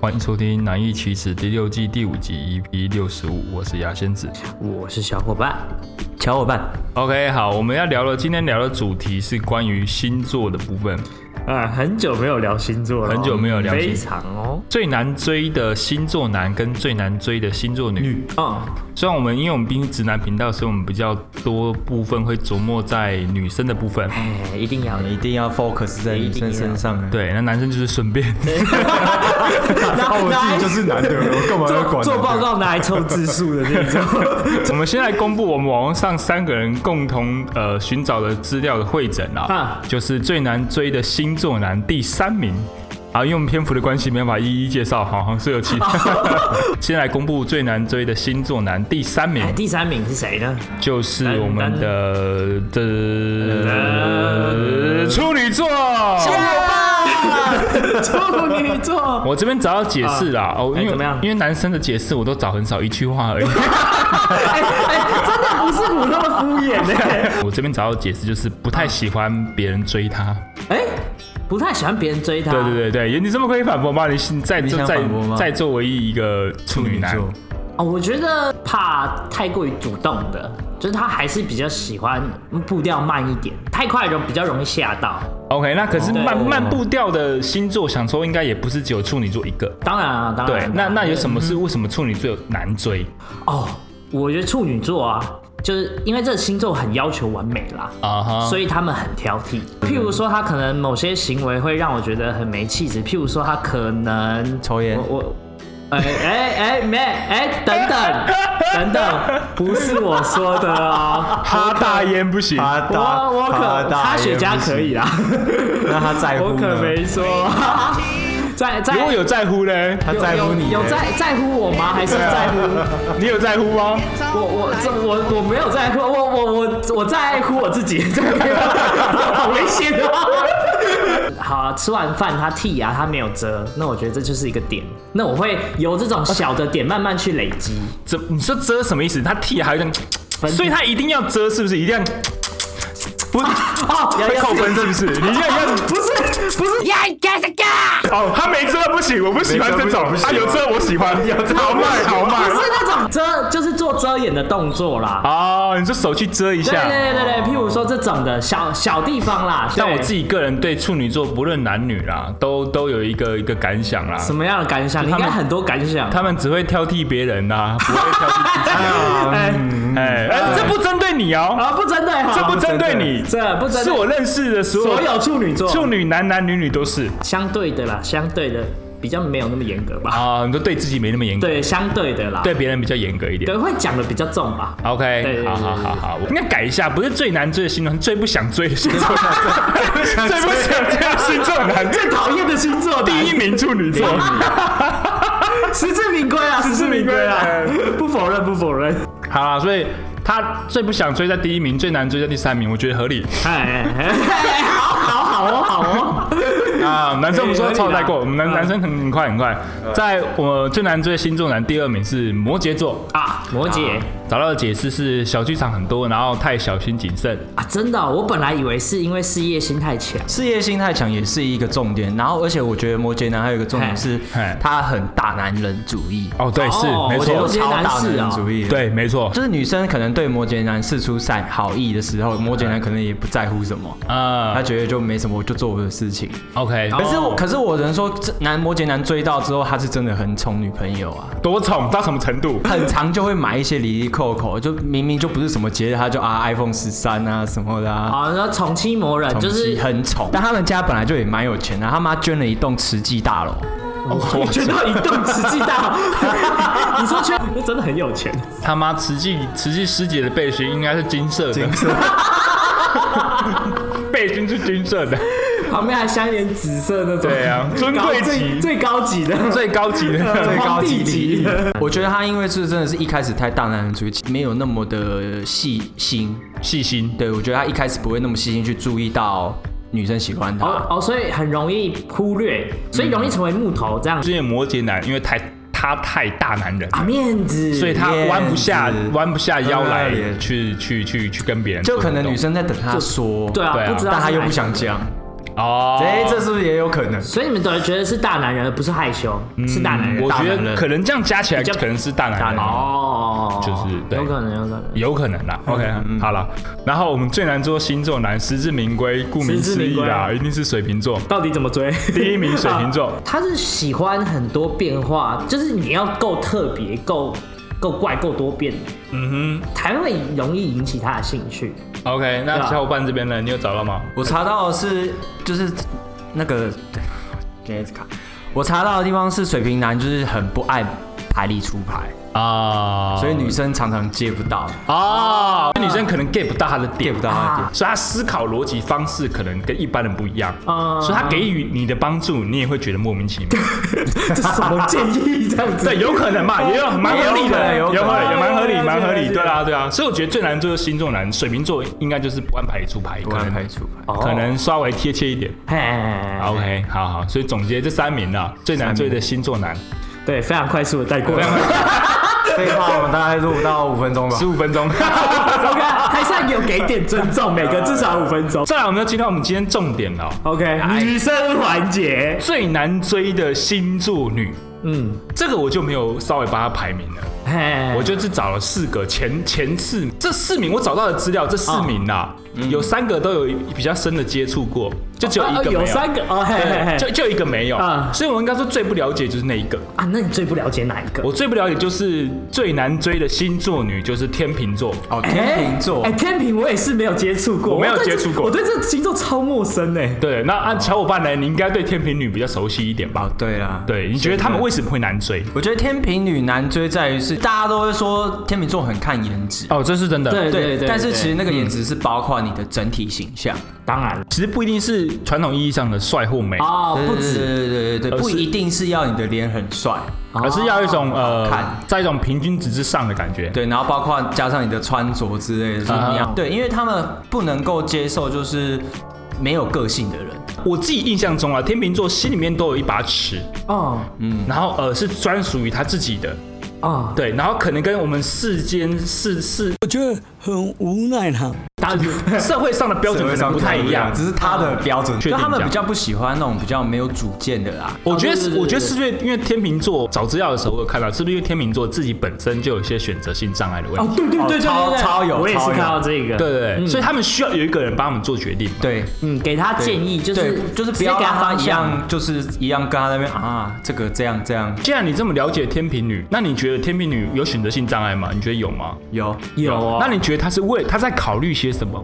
欢迎收听《难易启齿》第六季第五集 EP 六十五，我是牙仙子。我是小伙伴，小伙伴 OK，好，我们要聊的今天聊的主题是关于星座的部分。啊，很久没有聊星座了哦，很久没有聊星非常哦，最难追的星座男跟最难追的星座女，啊、虽然我们因为我们毕竟是直男频道，所以我们比较多部分会琢磨在女生的部分。哎，一定要你一定要 focus 在女生身上。，啊对，那男生就是顺便。那我自己就是 男的，我干嘛做要管做报男的？告拿来凑字数的那 种， 我们先来公布我们网络上三个人共同呃寻找的资料的会诊啊，啊就是最难追的星座男第三名。啊，因为我们篇幅的关系，没办法一一介绍，好，好，是有其他。 先来公布最难追的星座男第三名哎，，第三名是谁呢？就是我们的的处女座。 处女座，我这边找到解释啦，哦，哎因为怎么样因为男生的解释我都找很少一句话而已。哎哎，真的不是我那么敷衍的，我这边找到解释就是不太喜欢别人追他。哎，不太喜欢别人追他，对对对对，你这么可以反驳吗？你是再你再想再反驳吗再作为一个处女男，座哦，我觉得怕太过于主动的，就是他还是比较喜欢步调慢一点，太快容比较容易吓到。 OK，那可是慢对慢步调的星座，想说应该也不是只有处女座一个。当然啊，当然对啊。，那那有什么是为什么处女座难追哦，我觉得处女座啊，就是因为这个星座很要求完美啦。啊？哈，所以以他们很挑剔，譬如说他可能某些行为会让我觉得很没气质，譬如说他可能抽烟我我，哎哎哎没哎等 等等等，不是我说的哦，哈大烟不行，他我大我可大他雪茄可以啊，啦，那他在乎我可呢没说， 在在如果有在乎呢？他在乎你有呢啊在在乎我吗？还是在乎？你有在乎吗？我我这我我没有在乎，我我我我在乎我自己，这个 好危险啊！好啊 吃完饭他剔牙他没有遮，那我觉得这就是一个点。那我会由这种小的点慢慢去累积。这你说遮什么意思？他剃还有点，所以他一定要遮，是不是？一定要不是哦，会扣分，是不是？ 你要要不是不是，呀干啥干？哦，他没遮不行，我不喜欢这种没遮不，行他有遮我喜欢，好卖好卖不。是那种遮，就是做遮掩的动作啦。哦，你说手去遮一对下。对对对，譬如说这种的小小地方啦。但我对自己个人对处女座不论男女啦，都都有一个一个感想啦。什么样的感想？你应他们该很多感想。他们只会挑剔别人呐、不会挑剔自己。 哎嗯哎、哎这不针对你哦、啊，不针对哈，这不针对你，这不针对是我认识的所有所有处女座，处女男男女女都是相对的啦，相对的比较没有那么严格吧？啊、你都对自己没那么严格，对，相对的啦，对别人比较严格一点对。会讲的比较重吧？对 OK，对好好好好，我应该改一下，不是最难追的星座，是最不想追的星座，最不想追的星座男，最讨厌的星座第第一一，名处女 座。实至名归啊，实至名归啊，不否认，不否认。好啦，所以他最不想追在第一名，最难追在第三名，我觉得合理哎，哎哎好好好哦，好哦。啊。男生我们说超带过，我们男嗯男生很很快很快。在我最难追的星座男第二名是摩羯座， 啊，摩羯找到的解释是小剧场很多，然后太小心谨慎。啊，真的哦，我本来以为是因为事业心太强，事业心太强也是一个重点，然后而且我觉得摩羯男还有一个重点是嘿嘿，他很大男人主义。哦，对，是哦没摩羯我都错，觉得超大男人主啊义。，对，没错。就是女生可能对摩羯男示出善好意的时候，摩羯男可能也不在乎什么，啊他觉得就没什么，我就做我的事情。 ，OK，可是我，可是我只能说，这男摩羯男追到之后，他是真的很宠女朋友啊，多宠到什么程度？很常就会买一些离离扣扣，就明明就不是什么节日，他就啊 iPhone 十三啊什么的啊，啊，那宠妻魔人宠就妻是很宠。但他们家本来就也蛮有钱的，他妈捐了一栋慈济大楼，我觉得一栋慈济大， 你说圈真的很有钱，他妈慈济慈济师姐的背心应该是金色的，色 背心是金色的，旁边还镶点紫色那种，对啊尊贵级最最高级的，最高级的。 最高级皇帝级礼仪。我觉得他因为是真的是一开始太大男人主义，没有那么的细心。细心，对，我觉得他一开始不会那么细心去注意到女生喜欢 他。哦哦，所以很容易忽略，所以容易成为木头这样是因为摩羯男，因为太他太大男人了，啊，面子，所以他弯不下面子弯不下腰来对对去去去去跟别人做就这种，可能女生在等他说，对啊，对啊不知道，但他又不想，讲，哦，哎、这是不是也有可能？所以你们都觉得是大男人，而不是害羞，是大男嗯人。我大觉男得人可能这样加起来较可能是大大男男人。哦，就是对有可能，有可能。有可能啦，OK，好了。然后我们最难做星座男，实至名归，顾名实至思名义归啦，一定是水瓶座。到底怎么追？第一名水瓶座 他是喜欢很多变化，就是你要够特别、够够怪、够多变，嗯才会容易引起他的兴趣。哼，OK。那对啊小伙伴这边呢，你有找到吗？我查到的是就是那个对 J S 卡，我查到的地方是水瓶男就是很不按牌理出牌，啊，所以女生常常接不到啊，女生可能 get 不到他的点， ，get 不到他的点。所以她思考逻辑方式可能跟一般人不一样，啊所以她给予你的帮助，你也会觉得莫名其妙。这什么建 议？这样 子？对，有可能 嘛，也有蛮合理的，有可能有可能有合理，哎也蛮合理，了解蛮合了理。解对啊，对啊。所以我觉得最难做的星座男，水瓶座应该就是不按牌理出牌，不可按能牌理出牌，哦可能稍微贴切一点。嘿，哦 OK，好好。所以总结这三名啊，最难追的星座男，对，非常快速的带过。废话我们大概录到五分钟吧十。五分钟。 OK，还算有给点尊重，每个至少五分钟。 再来，我们要进到我们今天重点了哦， OK，女生环节，最难追的星座女。嗯，这个我就没有稍微把它排名了，嘿，我就是找了四个前前四，这四名我找到的资料，这四名啊，有三个都有比较深的接触过，就只有一个嗯哦没有三个哦，嘿嘿嘿，对，就就一个没有啊，所以我应该说最不了解就是那一个。啊，那你最不了解哪一个？我最不了解就是最难追的星座女，就是天秤座。哦，天秤座哎、天秤我也是没有接触过，我没有对这接触过我对这星座超陌生哎、对，那按小伙伴呢，你应该对天秤女比较熟悉一点吧哦？，对啦，对，你觉得他们为什么会难追？我觉得天秤女难追在于是大家都会说天秤座很看颜值，哦，这是真的。对但是其对实那个颜值是包括你的整体形象，当然其实不一定是传统意义上的帅或美，哦，不对对止对对对而对，不是一定嗯哦是要你的脸很帅，哦而是要一种呃看，在一种平均值之上的感觉。对，然后包括加上你的穿着之类的，就是你要啊对，因为他们不能够接受就是没有个性的人，我自己印象中啊，天秤座心里面都有一把尺，哦然后呃是专属于他自己的，哦，对，然后可能跟我们世间世世我觉得很无奈啦。当然哦社会上的标准可能不太一样。只是他的标准，确定就他们这样比较不喜欢那种比较没有主见的啦。我觉得哦对对是，对我觉得是因为因为天秤座找资料的时候，我有看到是不是因为天秤座自己本身就有一些选择性障碍的问哦题？，嗯对对对对对超对超有我也是超有看到这个，对对对，所以他们需要有一个人帮他们做决定嘛。对，嗯，给他建议就是对就是直不接要给让他他方一向，样，就是一样跟他那边啊，这个这样这样既然你这么了解天秤女，那你觉得天秤女有选择性障碍吗？你觉得有吗？有有哦，那你觉得她是为她在考虑些什么？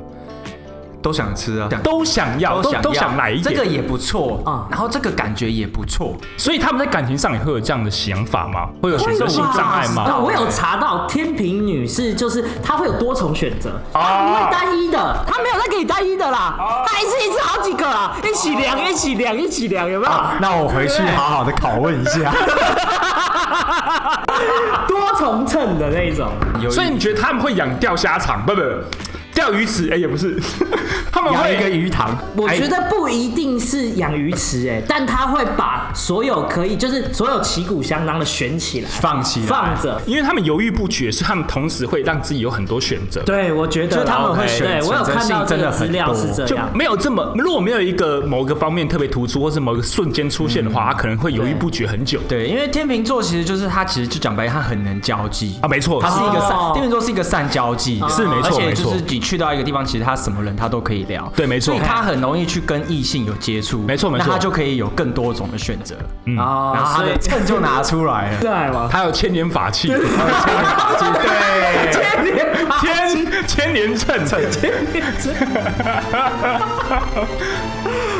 都想吃啊，都想要，都想都要想来一这点个。也不错嗯然后这个感觉也不错，所以他们在感情上也会有这样的想法吗？会有选择性障碍哇吗？哦我有查到天平女士，就是她会有多重选择，她不啊会单一的，她没有在给你单一的啦，她一次一次好几个啦，一起量，啊一起量，一起量，有没有？那我回去好好的拷问一 下。多重称的那一种，有所以你觉得他们会养钓虾场？不不，钓鱼池？哎、也不是， 他们养一个会鱼塘，我觉哎得不一定是养鱼池哎、但她会把所有可以，就是所有旗鼓相当的选起来，放弃放着。因为他们犹豫不决，所以他们同时会让自己有很多选啊择，对，我觉得就他们会选对我有看到这个资料是这就样，没有这么。如果没有一个某个方面特别突出，或是某个瞬间出现的话，他可能会犹豫不决很久。嗯对，因为天秤座其实就是他，其实就讲白，他很能交际啊，，没错，他是一个善，哦天秤座是一个善交际的，是没错而且就没是错你去到一个地方，其实他什么人他都可以聊，对没错所以他很容易去跟异性有接触，没错没错那他就可以有更多种的选择，嗯哦然后他所以的秤就拿出来了，在吗？他有千年法器，对，千千年秤，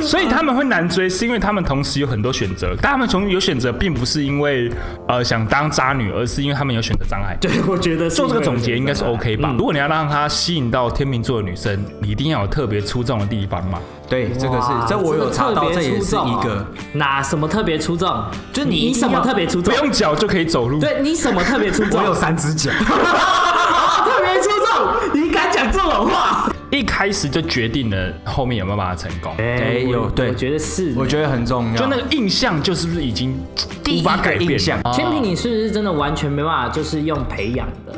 所以他们会难追，是因为他们同时有很多选择，但他们从有选择，并不是因为呃想当渣女，而是因为他们有选择障碍。对，我觉得是做这个因为总结有应该是这个 OK 吧？嗯如果你要让她吸引到天秤座的女生，你一定要有特别出众的地方嘛。对，这个是哇这我有查特到，别这也出是众一哦个哪什么特别出众？就你你一定什么要特别出不众？用脚就可以走路，对你什么特别出众？ 三只脚，啊特别出众，你敢讲这种话？一开始就决定了后面有没有办法成功。哎对有我对我觉得是。我觉得很重要，就那个印象，就是不是已经第无一法改个变印象了？千平，你是不是真的完全没办法，就是用培养的？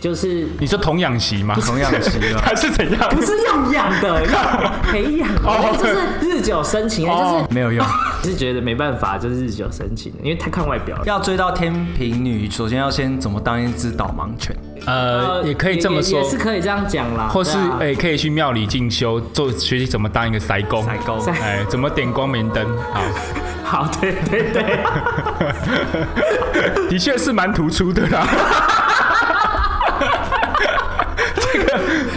就是你说童养媳吗？童养媳吗 还是怎样？不是用养的，要 培养哦的，就是日久生情，啊就是没有用。 是觉得没办法，就是日久生情，因为太看外表了。要追到天平女，首先要先怎么当一只导盲犬？呃，也可以这么说也，是可以这样讲啦。或是对啊哎，可以去庙里进修，做学习怎么当一个塞工，塞工塞哎，怎么点光明灯。好，好，对对对，的确是蛮突出的啦。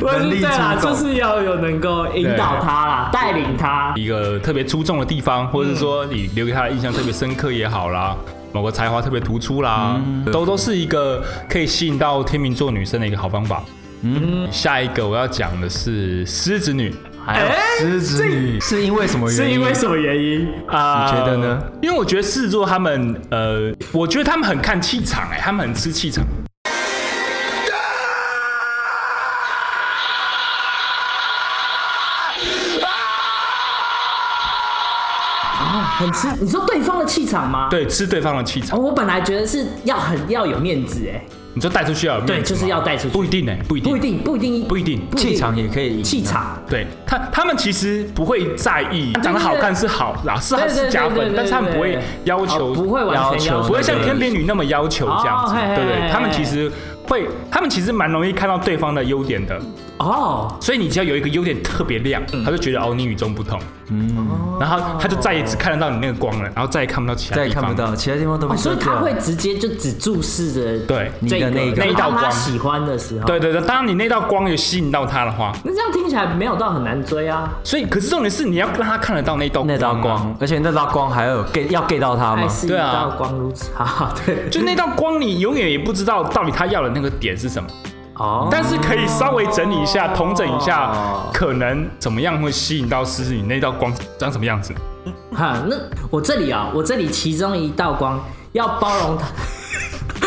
我能力对啦，足够就是要有能够引导他啦，带领他。 一个特别出众的地方，或者是说你留给他的印象特别深刻也好啦，某个才华特别突出啦，都都是一个可以吸引到天秤座女生的一个好方法。嗯，下一个我要讲的是狮子女还哎有狮子女，哎是因为什么原因？是因为什么原因？啊你觉得呢？因为我觉得狮子座他们，呃，我觉得他们很看气场、哎，他们很吃气场。很吃，你说对方的气场吗？。对，吃对方的气场哦，，我本来觉得是要很要有面子哎，你就带出去要有面子嘛对就是要带出去不一定哎、嗯不一定，不一定，不一定，不一定不气场也可以赢气场。对他，他们其实不会在意长得好看是好啦，是对对是加对分对，但是他们不会要求，哦不会完全要要求不会像天秤秤女那么要求这样子哦，嘿嘿对不对？嘿他们其实会，他们其实蛮容易看到对方的优点的，哦，所以你只要有一个优点特别亮，他就觉得哦你与众不同，嗯，然后他就再也只看得到你那个光了，然后再也看不到其他再地方，也看不到，其他地方都被哦，所遮以掉他了。会直接就只注视着对你这的那个个，那一道当他光喜欢的时候，对对对，当你那道光有吸引到他的话，那这样听起来没有到很难追啊，所以可是重点是你要让他看得到那道那道啊光，而且那道光还有 get 要 get 到他吗爱？是一对啊道光如此， 好，对，就那道光，你永远也不知道到底他要的那个点是什么。哦，但是可以稍微整理一下，统整一下，可能怎么样会吸引到狮子女那道光长什么样子？ 哈，那我这里啊，我这里其中一道光要包容它。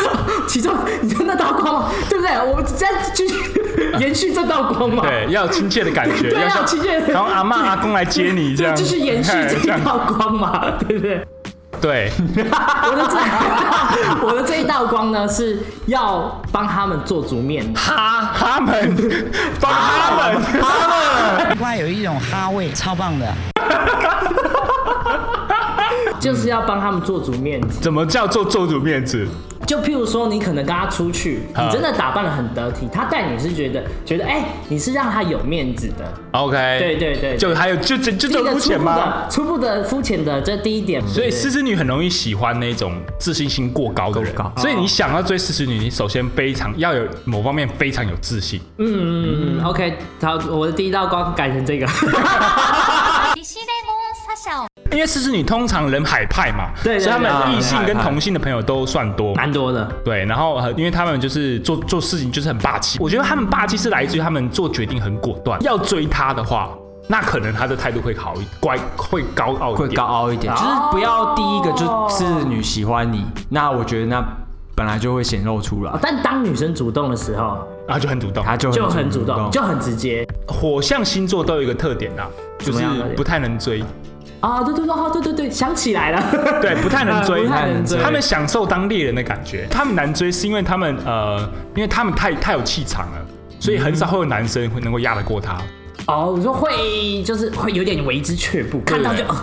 其中，你说那道光吗？对不对？我们再继续延续这道光嘛。对，要有亲切的感觉， 对啊要要像有亲切的然后阿妈阿公来接你这 对，样，继续延续哎这一道光嘛，对不对？ 对，我的这我的这一道 光呢，是要帮他们做足面子。哈他 们，帮他们，另外有一种哈味，超棒的。嗯就是要帮他们做足面子。 怎么叫做做主面子？就譬如说，你可能跟他出去，啊你真的打扮的很得体，他带你是觉得觉得哎、你是让他有面子的。 OK，对对对就还有就就就第一这么个肤初浅步吗？的、初步的、肤浅的，这第一点。所以对狮子女很容易喜欢那种自信心过高的人过，高所以你想要追狮子女，你首先非常要有某方面非常有自信。嗯嗯嗯，OK，好，我的第一道光改成这个。 利子レゴンサシャを因为狮子女通常人海派嘛，对对所以他对们对异性对跟海派同性的朋友都算多。蛮多的，对，然后呃因为他们就是做做事情就是很霸气，我觉得他们霸气是来自于他们做决定很果断。要追他的话，那可能他的态度会好一乖，会高傲一会点。高傲一点，哦就是不要第一个就是女喜欢你，那我觉得那本来就会显露出来，哦但当女生主动的时候，然后就很主动。她就就很主动，就很直接。火象星座都有一个特点啊，就是么样的特点不太能 追，啊，对对对，哦，对对对，想起来了。对，不太能追，不太能追他们享受当猎人的感觉，他们难追是因为他们呃，因为他们太太有气场了，所以很少会有男生会能够压得过他。哦，我说会，就是会有点为之却步，看到就对哦，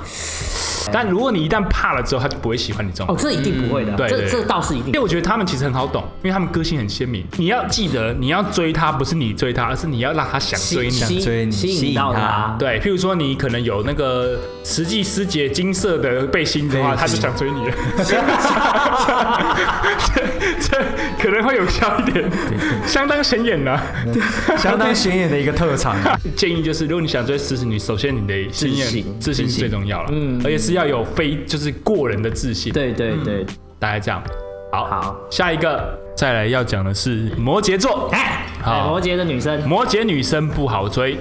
但如果你一旦怕了之后，他就不会喜欢你这种哦，。这一定不会的，对这对这倒是一定因为。我觉得他们其实很好懂，因为他们个性很鲜明。你要记得，你要追他，不是你追他，而是你要让他想追你。吸追你吸引到啊吸引他他，对，譬如说你可能有那个慈济师姐金色的背心的话，他背心就想追你了。 这这可能会有效一点，相当显眼呢。相当显眼的一个 特长。 建议就是，如果你想追狮子女，首先你的自信信念、自信是最重要了，嗯，而且是要有非就是过人的自信。对对对，大概这样。好，好下一个再来要讲的是摩羯座。哎，好哎摩羯的女生，摩羯女生不好追，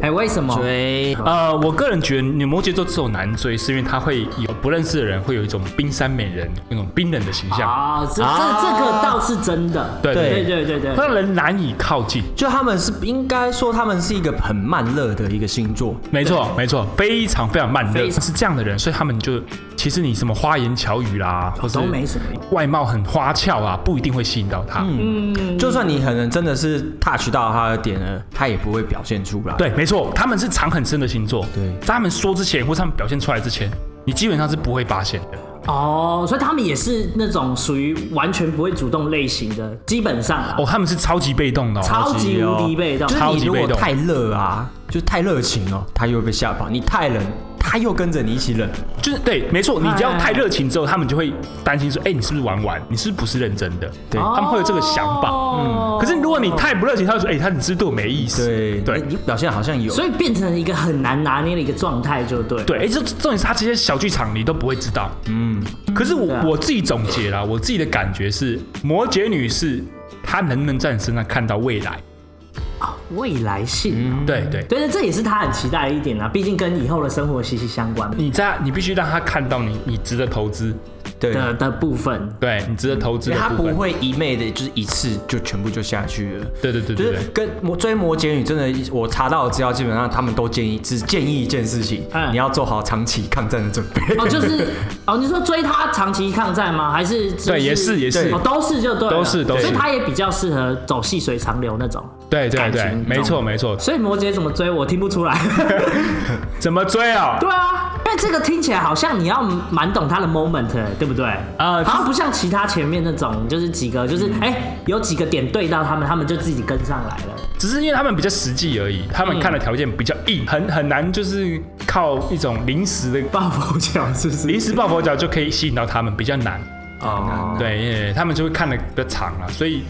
哎，为什么？追嗯呃，我个人觉得你摩羯座之所以难追，是因为她会有不认识的人会有一种冰山美人那种冰冷的形象，啊，这这啊这个倒是真的，对对对对对对，让人难以靠近。就他们是应该说他们是一个很慢热的一个星座，没错，没错，非常非常慢热，非常是这样的人，所以他们就其实你什么花言巧语啦，或是都没什么嗯外貌很花俏啊，不一定会吸引到他。就算你可能真的是 touch 到他的点了，他也不会表现出来。对，没错，他们是藏很深的星座。对在他们说之前或是他们表现出来之前，你基本上是不会发现的。哦，所以他们也是那种属于完全不会主动类型的，基本上啊，哦，他们是超级被动的、哦。超级无敌被动就。是超你级如被果动太热啊，就是太热情哦，他又会被吓跑；你太冷，他又跟着你一起冷。就是对，没错，你只要哎太热情之后，他们就会担心说，哎、你是不是玩玩？你是哦不是认真的？对他们会有这个想法。嗯哦可是如果你太不热情，他就说，哎、他你是不是对我没意思？对对哎你表现好像有，所以变成一个很难拿捏的一个状态，就对。对，哎、这重点是他这些小剧场你都不会知道。嗯，可是我、对啊我自己总结啦，我自己的感觉是，摩羯女士她能不能在你身上看到未来？啊，未来性啊。对对，对这也是他很期待的一点啊，毕竟跟以后的生活息息相关你在你必须让她看到你，你值得投资，对，因的的部分。对你值得投资为的呃他部不分。会一昧的，就是一次就全部就下去了。对对对就对对是跟摩追摩羯女真的，我查到的资料基本上他们都建议只建议一件事情，嗯你要做好长期抗战的准备。哦，就是哦，你说追他长期抗战吗？还是、就是、对也是也是哦，都是就对了，都是都是所以他也比较适合走细水长流那种。对对感对，情没错没错。所以摩羯怎么追我听不出来。怎么追啊？对啊，因为这个听起来好像你要蛮懂他的 moment，对不对？啊、呃嗯好像不像其他前面那种，就是几个就是哎、有几个点对到他们，他们就自己跟上来了。只是因为他们比较实际而已，他们看的条件比较硬，很很难，就是靠一种临时的抱佛脚是不是？临时抱佛脚就可以吸引到他们，比较难。哦，对，因为他们就会看的比较长了，所以。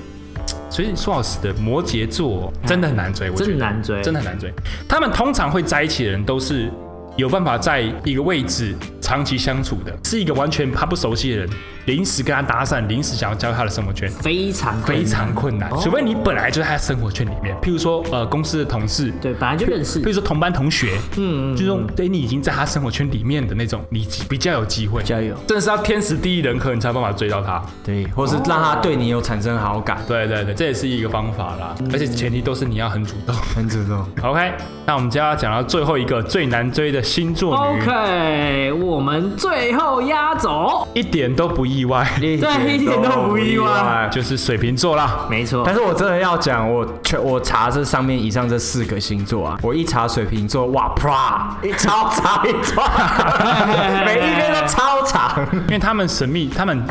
所以说老实的，摩羯座真的很难追，我觉得真的难追真的很难追。他们通常会在一起的人都是有办法在一个位置长期相处的，是一个完全他不熟悉的人，临时跟他搭讪，临时想要加入他的生活圈，非常困非难常困难。哦除非你本来就在他生活圈里面，譬如说呃公司的同事，对，本来就认识譬如说同班同学，嗯，就是说对你已经在他生活圈里面的那种，你比较有机会， 加油！真的是要天时地利人和，你才有办法追到他。对，或是让他对你有产生好感，对对对，这也是一个方法啦，而且前提都是你要很主动。很主动。 OK，那我们就要讲到最后一个最难追的星座女 OK，我们最后压轴，一点都不意外，啊对一点都不意外。就是水瓶座啦。没错但。是我真的要讲，我全我查这上面以上这四个星座啊，我一查水瓶座，哇啪，一超长一串， 每一天都超长。因为他们神秘，他们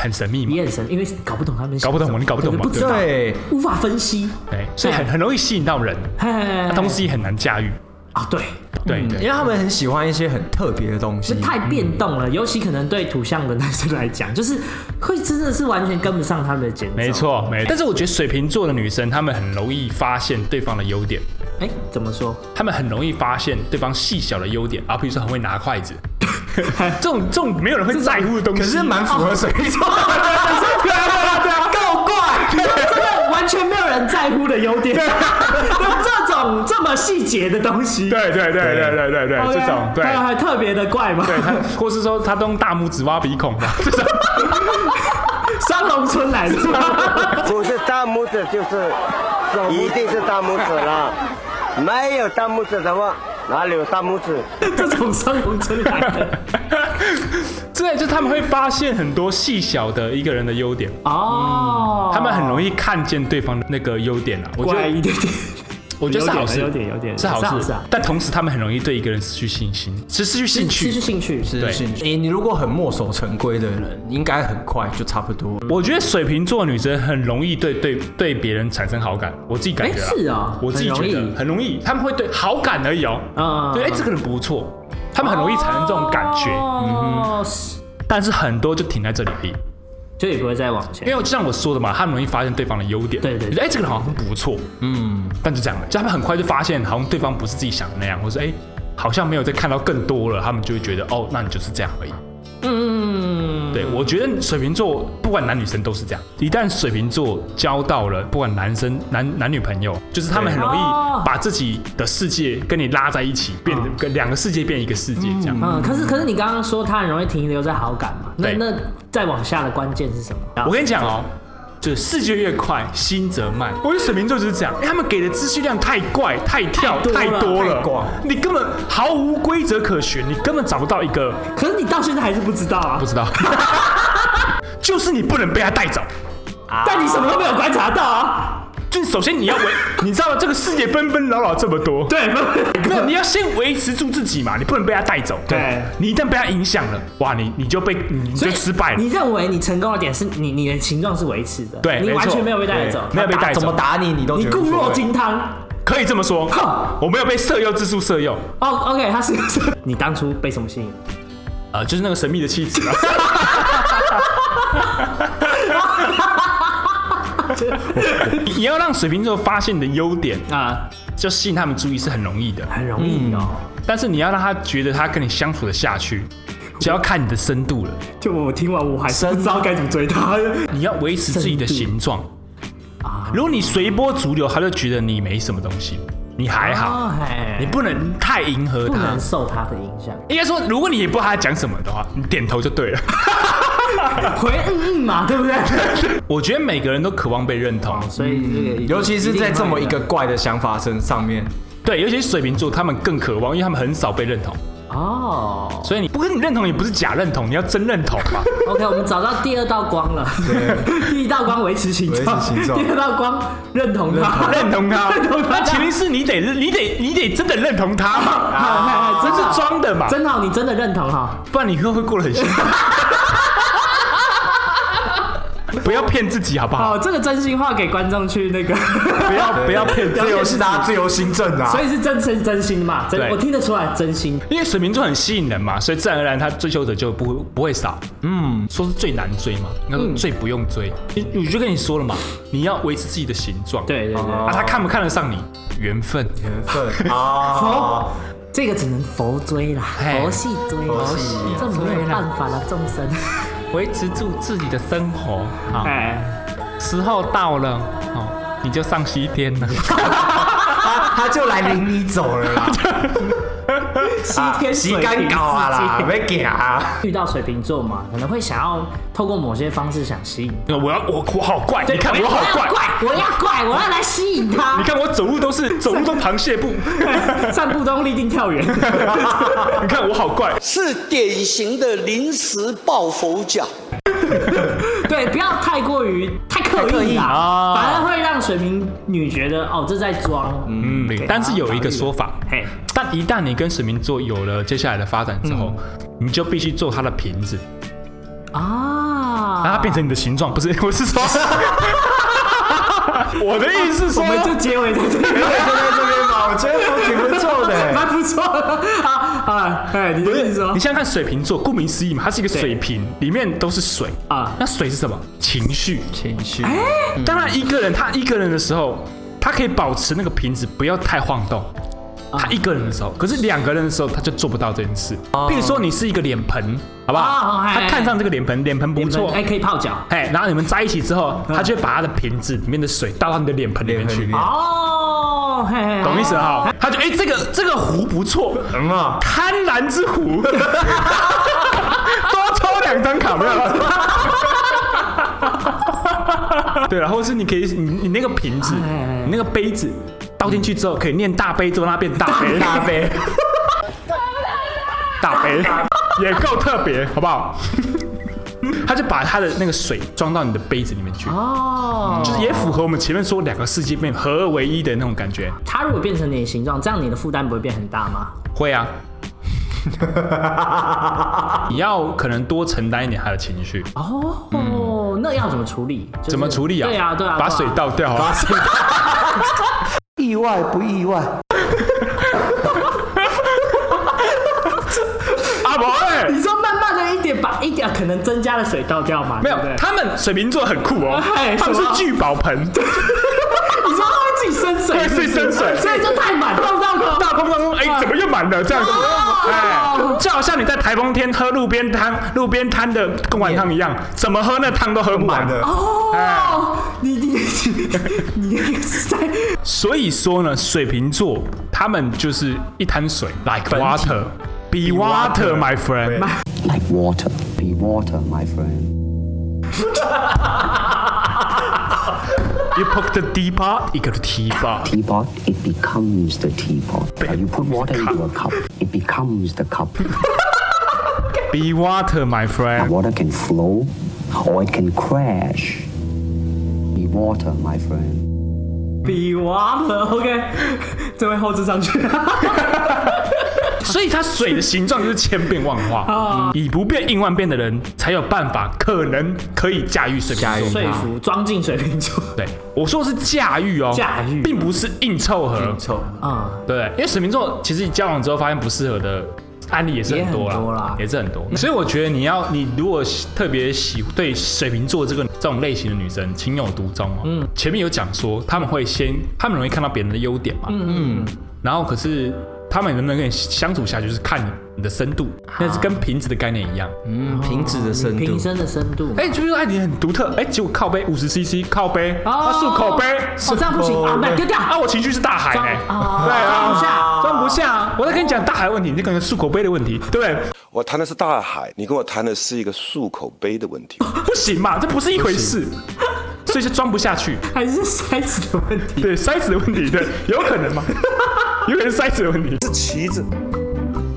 很神秘嘛，眼神，因为搞不懂他们想搞不懂什么你搞不懂对嘛不知道，对，无法分析。对，所以很很容易吸引到人，嘿嘿嘿那嘿东西很难驾驭。啊，对，对嗯因为对，他们很喜欢一些很特别的东西这。太变动嗯了，尤其可能对土象的男生来讲， 就是会真的是完全跟不上他们的节奏。没，错没错。但是我觉得水瓶座的女生，她们很容易发现对方的优点，哎，怎么说？她们很容易发现对方细小的优点啊，比如说很会拿筷 子。这种这种没有人会在乎的东西，可是蛮符合水瓶座的，对啊对啊对啊，够怪。真的完全没有人在乎的优 点，就这种这么细节的东 西，对对对对对对 对， OK，这种对。还还特别的怪吗？对 他， 或是说他都用大拇指挖鼻孔吧， 这种双龙村来的。 不是大拇指就是，一定是大拇指了。没有大拇指的话，哪里有大拇指？这种双龙村来嗯的这就是他们会发现很多细小的一个人的优点，哦，他们很容易看见对方的那个优点啊。我觉怪一得，点点，我觉得是好事，有点有点有点是好是好事事啊。但同时，他们很容易对一个人失去信心，是失去兴失去趣。兴趣是对 你你如果很墨守成规的人，应该很快就差不多。我觉得水瓶座女生很容易对对对别人产生好感，我自己感觉啦哎是啊我自己觉很容得易很容易，他们会对好感而已哦，嗯对，哎，这个人不错，他们很容易产生这种感觉，哦，但是很多就停在这里而已。就也不会再往前因为。就像我说的嘛，他们容易发现对方的优点，对对对你觉得哎、这个人好像不错，嗯，但就这样了，就他们很快就发现，好像对方不是自己想的那样，或是哎、好像没有再看到更多了，他们就会觉得哦，那你就是这样而已。嗯，对，我觉得水瓶座不管男女生都是这样，一旦水瓶座交到了不管男生男男女朋友，就是他们很容易哦把自己的世界跟你拉在一起，变成跟两个世界变一个世界这样。嗯，可是可是你刚刚说他很容易停留在好感嘛？那对啊那再往下的关键是什么？我跟你讲哦，就是世界越快，心则慢。我觉得水瓶座就是这样，哎因为他们给的资讯量太怪、太跳、太太多了多太广你根本毫无规则可循，你根本找不到一个可是你到现在还是不知道啊不，知 道，就是你不能被他带走。但你什么都没有观察到啊。就是首先你要维，你知道吗？这个世界纷纷扰扰这么多，对。 对，没有，你要先维持住自己嘛，你不能被他带走。对你一旦被他影响了，哇，你你就被你所就以失败了你。认为你成功的点是你你的形状是维持的，对你没错完全没有被带走，没有被带走怎么打你，你都你觉得无固所谓若金汤。可以这么说哼，我没有被色诱之术色诱，哦，OK，他是 你当初被什么吸引？呃，就是那个神秘的气质啊。 你你要让水瓶座发现你的优点，啊，就吸引他们注意是很容易的，很容易哦，但是你要让他觉得他跟你相处的下去，就要看你的深度了。就我听完我还是不知道该怎么追他。你要维持自己的形状。啊如果你随波逐流，他就觉得你没什么东西，你还好，哦嘿你不能太迎合不他能。受他的影响， 应该说，如果你也不知道他在讲什么的话，你点头就对了。 回嗯嗯嘛，对不对？我觉得每个人都渴望被认同，所以这嗯个一定尤其是在这么一个定怪的想法身上 面，对，尤其是水瓶座，他们更渴望，因为他们很少被认同，会的哦。所以你不跟你认同，也不是假认同，你要真认同嘛。 OK，我们找到第二道光了。 第一道光维持形状，维持形状第二道光认同它，认同他， 认同 他那前提是你得，你得，你得真的认同他嘛， 啊这是装的嘛，真好，你真的认同哈？不然你会会过得很辛苦。 不要骗自己好不好？哦，这个真心话给观众去那个，不要不要骗自自己，由是大家自由新政啊， 所以是真真真心嘛？真对，我听得出来真心。因为水瓶座很吸引人嘛，所以自然而然他追求者就不会不会少。嗯，说是最难追嘛，应该说嗯最不用追。你我就跟你说了嘛，你要维持自己的形状。对对对，啊，他看不看得上你，缘分。缘 分啊佛，这个只能佛追啦，嘿佛系追，佛系啊这没有办法了，众生。维持住自己的生活。好，哎，时候到了，哦，你就上西天了。他啊他就来领你走了 啦，西天洗水干瓶搞啊啦，自己别假啊，遇到水瓶座嘛，可能会想要透过某些方式想吸引。 我要我我好怪，你看我好怪。我要怪，我要来吸引他你。看我走路都是走路都螃蟹 步， 散步都立定跳 远，你看我好怪，是典型的临时抱佛脚。对，不要太过于太刻意啊啦，反而会让水瓶女觉得哦，这在装。嗯，但是有一个说法，嘿，但一旦你跟水瓶座有了接下来的发展之后，你就必须做它的瓶子，啊，让它变成你的形状，不是？我是 说，我的意思是说我，们就结尾在这 里，对，就在这边吧，我觉得都挺不错蛮的，不错的啊啊！哎，你就不是是说你，想想看，水瓶座顾名思义嘛，它是一个对水瓶，里面都是水啊那水是什么？情绪。情绪当然，一个人他一个人的时候，他可以保持那个瓶子不要太晃动。啊他一个人的时候，可是两个人的时候，他就做不到这件事。譬如说，你是一个脸盆，好不好？哦哎他看上这个脸盆，脸盆不错，哎，嗯可以泡脚哎，然后你们在一起之后，他就会把他的瓶子里面的水倒到你的脸盆里面去脸，哦，嘿嘿，懂意思哈？他就哎、这个这个壶不错，嗯啊，贪婪之 壶，多抽两张卡，没有？ 对然后是你可以，你你那个瓶子，你那个杯子倒进去之后，可以念大悲咒，让它变大杯，大杯， 大杯 也够特别，好不好？ 他就把他的那个水装到你的杯子里面去，哦，就是也符合我们前面说两个世界变合而为一的那种感觉。它如果变成你的形状，这样你的负担不会变很大吗？会啊。 你要可能多承担一点他的情绪，哦，那要怎么处理？就嗯是怎么处理啊？对啊，对啊，把水倒掉啊。意外不意外？ 阿伯，哎你说慢慢的一点把一点可能增加了水倒掉嘛？没有对不，对他们水瓶座很酷哦哎，他们什么是聚宝盆， 你说他会自己生水对是不是，自己生水所以就太满碰到了。大风当中，哎，怎么又满了这样子？哦哎，就好像你在台风天喝路边摊路边摊的贡丸汤一样，怎么喝那汤都喝不完满的。哦，你你你你你是在所以说呢，水瓶座他们就是一滩水，like 体 water，be water water，my friend。 Like water, be water, my friend. You poke the teapot, it got teapot. teapot, it becomes the teapot. Uh, you put water into a cup, it becomes the cup. Be water, my friend. Water can flow or it can crash. Be water, my friend. 比完了，OK，这位后置上去。所以它水的形状就是千变万化，以不变应万变的人才有办法，可能可以驾驭水瓶座。说服装进水瓶座，对，我说的是驾驭哦，驾驭并不是硬凑合。臭，嗯，对，因为水瓶座其实交往之后发现不适合的案例也是很多也很多啦啦，也是很多。所以我觉得你要，你如果喜特别喜对水瓶座这个这种类型的女生情有独钟哦，嗯，前面有讲说他们会先，他们容易看到别人的优点嘛，嗯嗯，然后可是他们能不能跟你相处下去，就是看你你的深度，那是跟瓶子的概念一样。嗯，瓶子的深度瓶，身的深度。哎、就是说哎，你很独特，哎、结果靠背五十 CC 靠背，啊，漱口杯，哦，这样不行啊！买丢掉啊，我情绪是大海装哎、啊对装不下啊，装不下啊！我在跟你讲大海问题，你跟我漱口杯的问题，对不对？我谈的是大海，你跟我谈的是一个漱口杯的问题。不行嘛，这不是一回事，所以是装不下去，还是塞子的问 题。对塞子的问题，对，有可 能嘛？有可能是塞子的问题，是旗子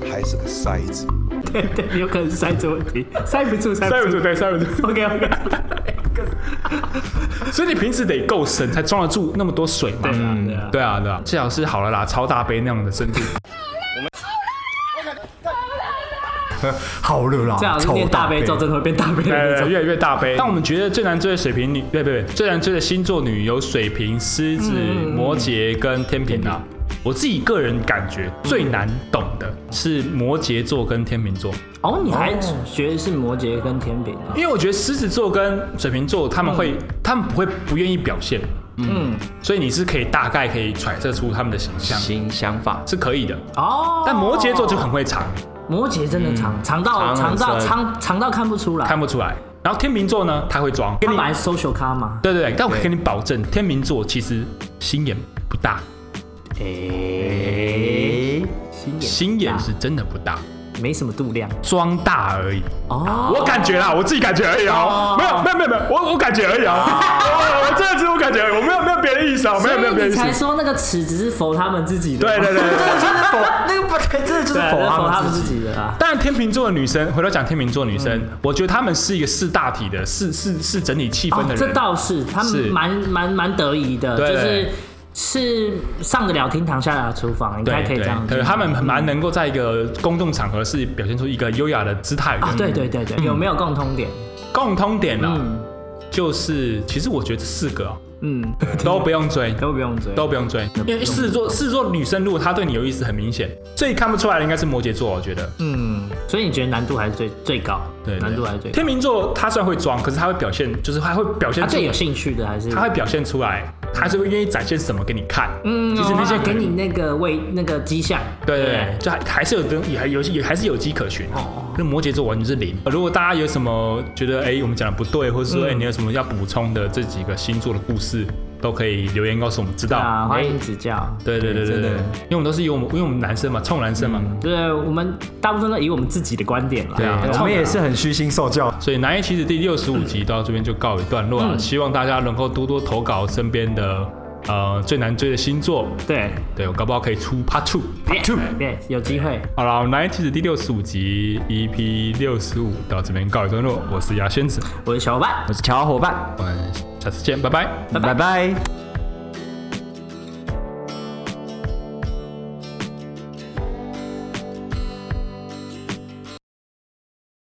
还是个塞子？对对，有可能是塞子问题，塞不住，塞塞不不住，住。对，塞不住。 OK OK，所以你平时得够深，才装得住那么多水嘛。对啊，对啊，对啊，最好是好了啦，超大杯那样的深度。好热啦，最好是念大悲咒，真的会变大悲对的那对，种。哎越来越大杯。但我们觉得最难追的水瓶女，对对对，最难追的星座女有水瓶、狮子、摩羯跟天平啊。我自己个人感觉最难懂的是摩羯座跟天秤座，哦，你还觉得是摩羯跟天平啊？因为我觉得狮子座跟水瓶座他们会，他们不会不愿意表现，嗯，所以你是可以大概可以揣测出他们的形象新想法，是可以的。哦，但摩羯座嗯就很会藏，摩羯真的长长到长长到很深长长到看不出来，看他不出来。然后天秤座呢，他会装，跟本你来是 social 咖嘛。对对对，但我跟你保证，天秤座其实心眼不大，诶，心眼是真的不大，没什么度量装大而已。哦。我感觉啦，我自己感觉而已哦，没有没有没有没有，我我感觉而已哦， 我我真的只是我感觉而已，我没有没有别的意思哦，没有没有所别的以你意才思。说那个尺只是否他们自己的，对对对对对。 真的否 那个不，真的就是对，啊否那是否他他们们自自己。己的啦。当然，天秤座的女生，回头讲天秤座的女生，嗯我觉得她们是一个四大体的，是是是整理气氛哦的，人。这倒是，他们是蛮蛮蛮得意的，对就是是上得了厅堂，下得了厨房，应该对可以对这样子。对，她们蛮能够在一个公众场合是表现出一个优雅的姿态的。啊，对对对嗯对，有没有共通点？共通点呢，嗯就是其实我觉得这四个哦嗯， 都不用追，都不用追，都不用追，因为狮子座狮子座女生如果她对你有意思很明显，最看不出来的应该是摩羯座，我觉得。嗯，所以你觉得难度还是最最高，对，对难度还是最高。天秤座她虽然会装，可是她会表现，就是她会表现他出最有兴趣的还是她会表现出来，她是会愿意展现什么给你看。嗯，其实那些哦他可给能你那个位那个迹象，对对对，就还还是有东也还有也还是有迹可循。哦，那摩羯座完全是零。如果大家有什么觉得哎、我们讲的不对，或者嗯说哎、你有什么要补充的这几个星座的故事，都可以留言告诉我们知道。啊，欢迎指教。对对对对对，因为我们都是以我们因为我们男生嘛，冲男生嘛，对，我们大部分都以我们自己的观点来。对啊我们也是很虚心受教，所以《南一棋子》第六十五集到这边就告一段落了。希望大家能够多多投稿身边的呃最难追的星座，对对我搞不好可以出 Part Two。对对，有机会。好了，《南一棋子》第六十五集 EP 六十五到这边告一段落。我是牙仙子，我是小伙伴，我是乔伙伴，我们下次见，拜拜。拜拜。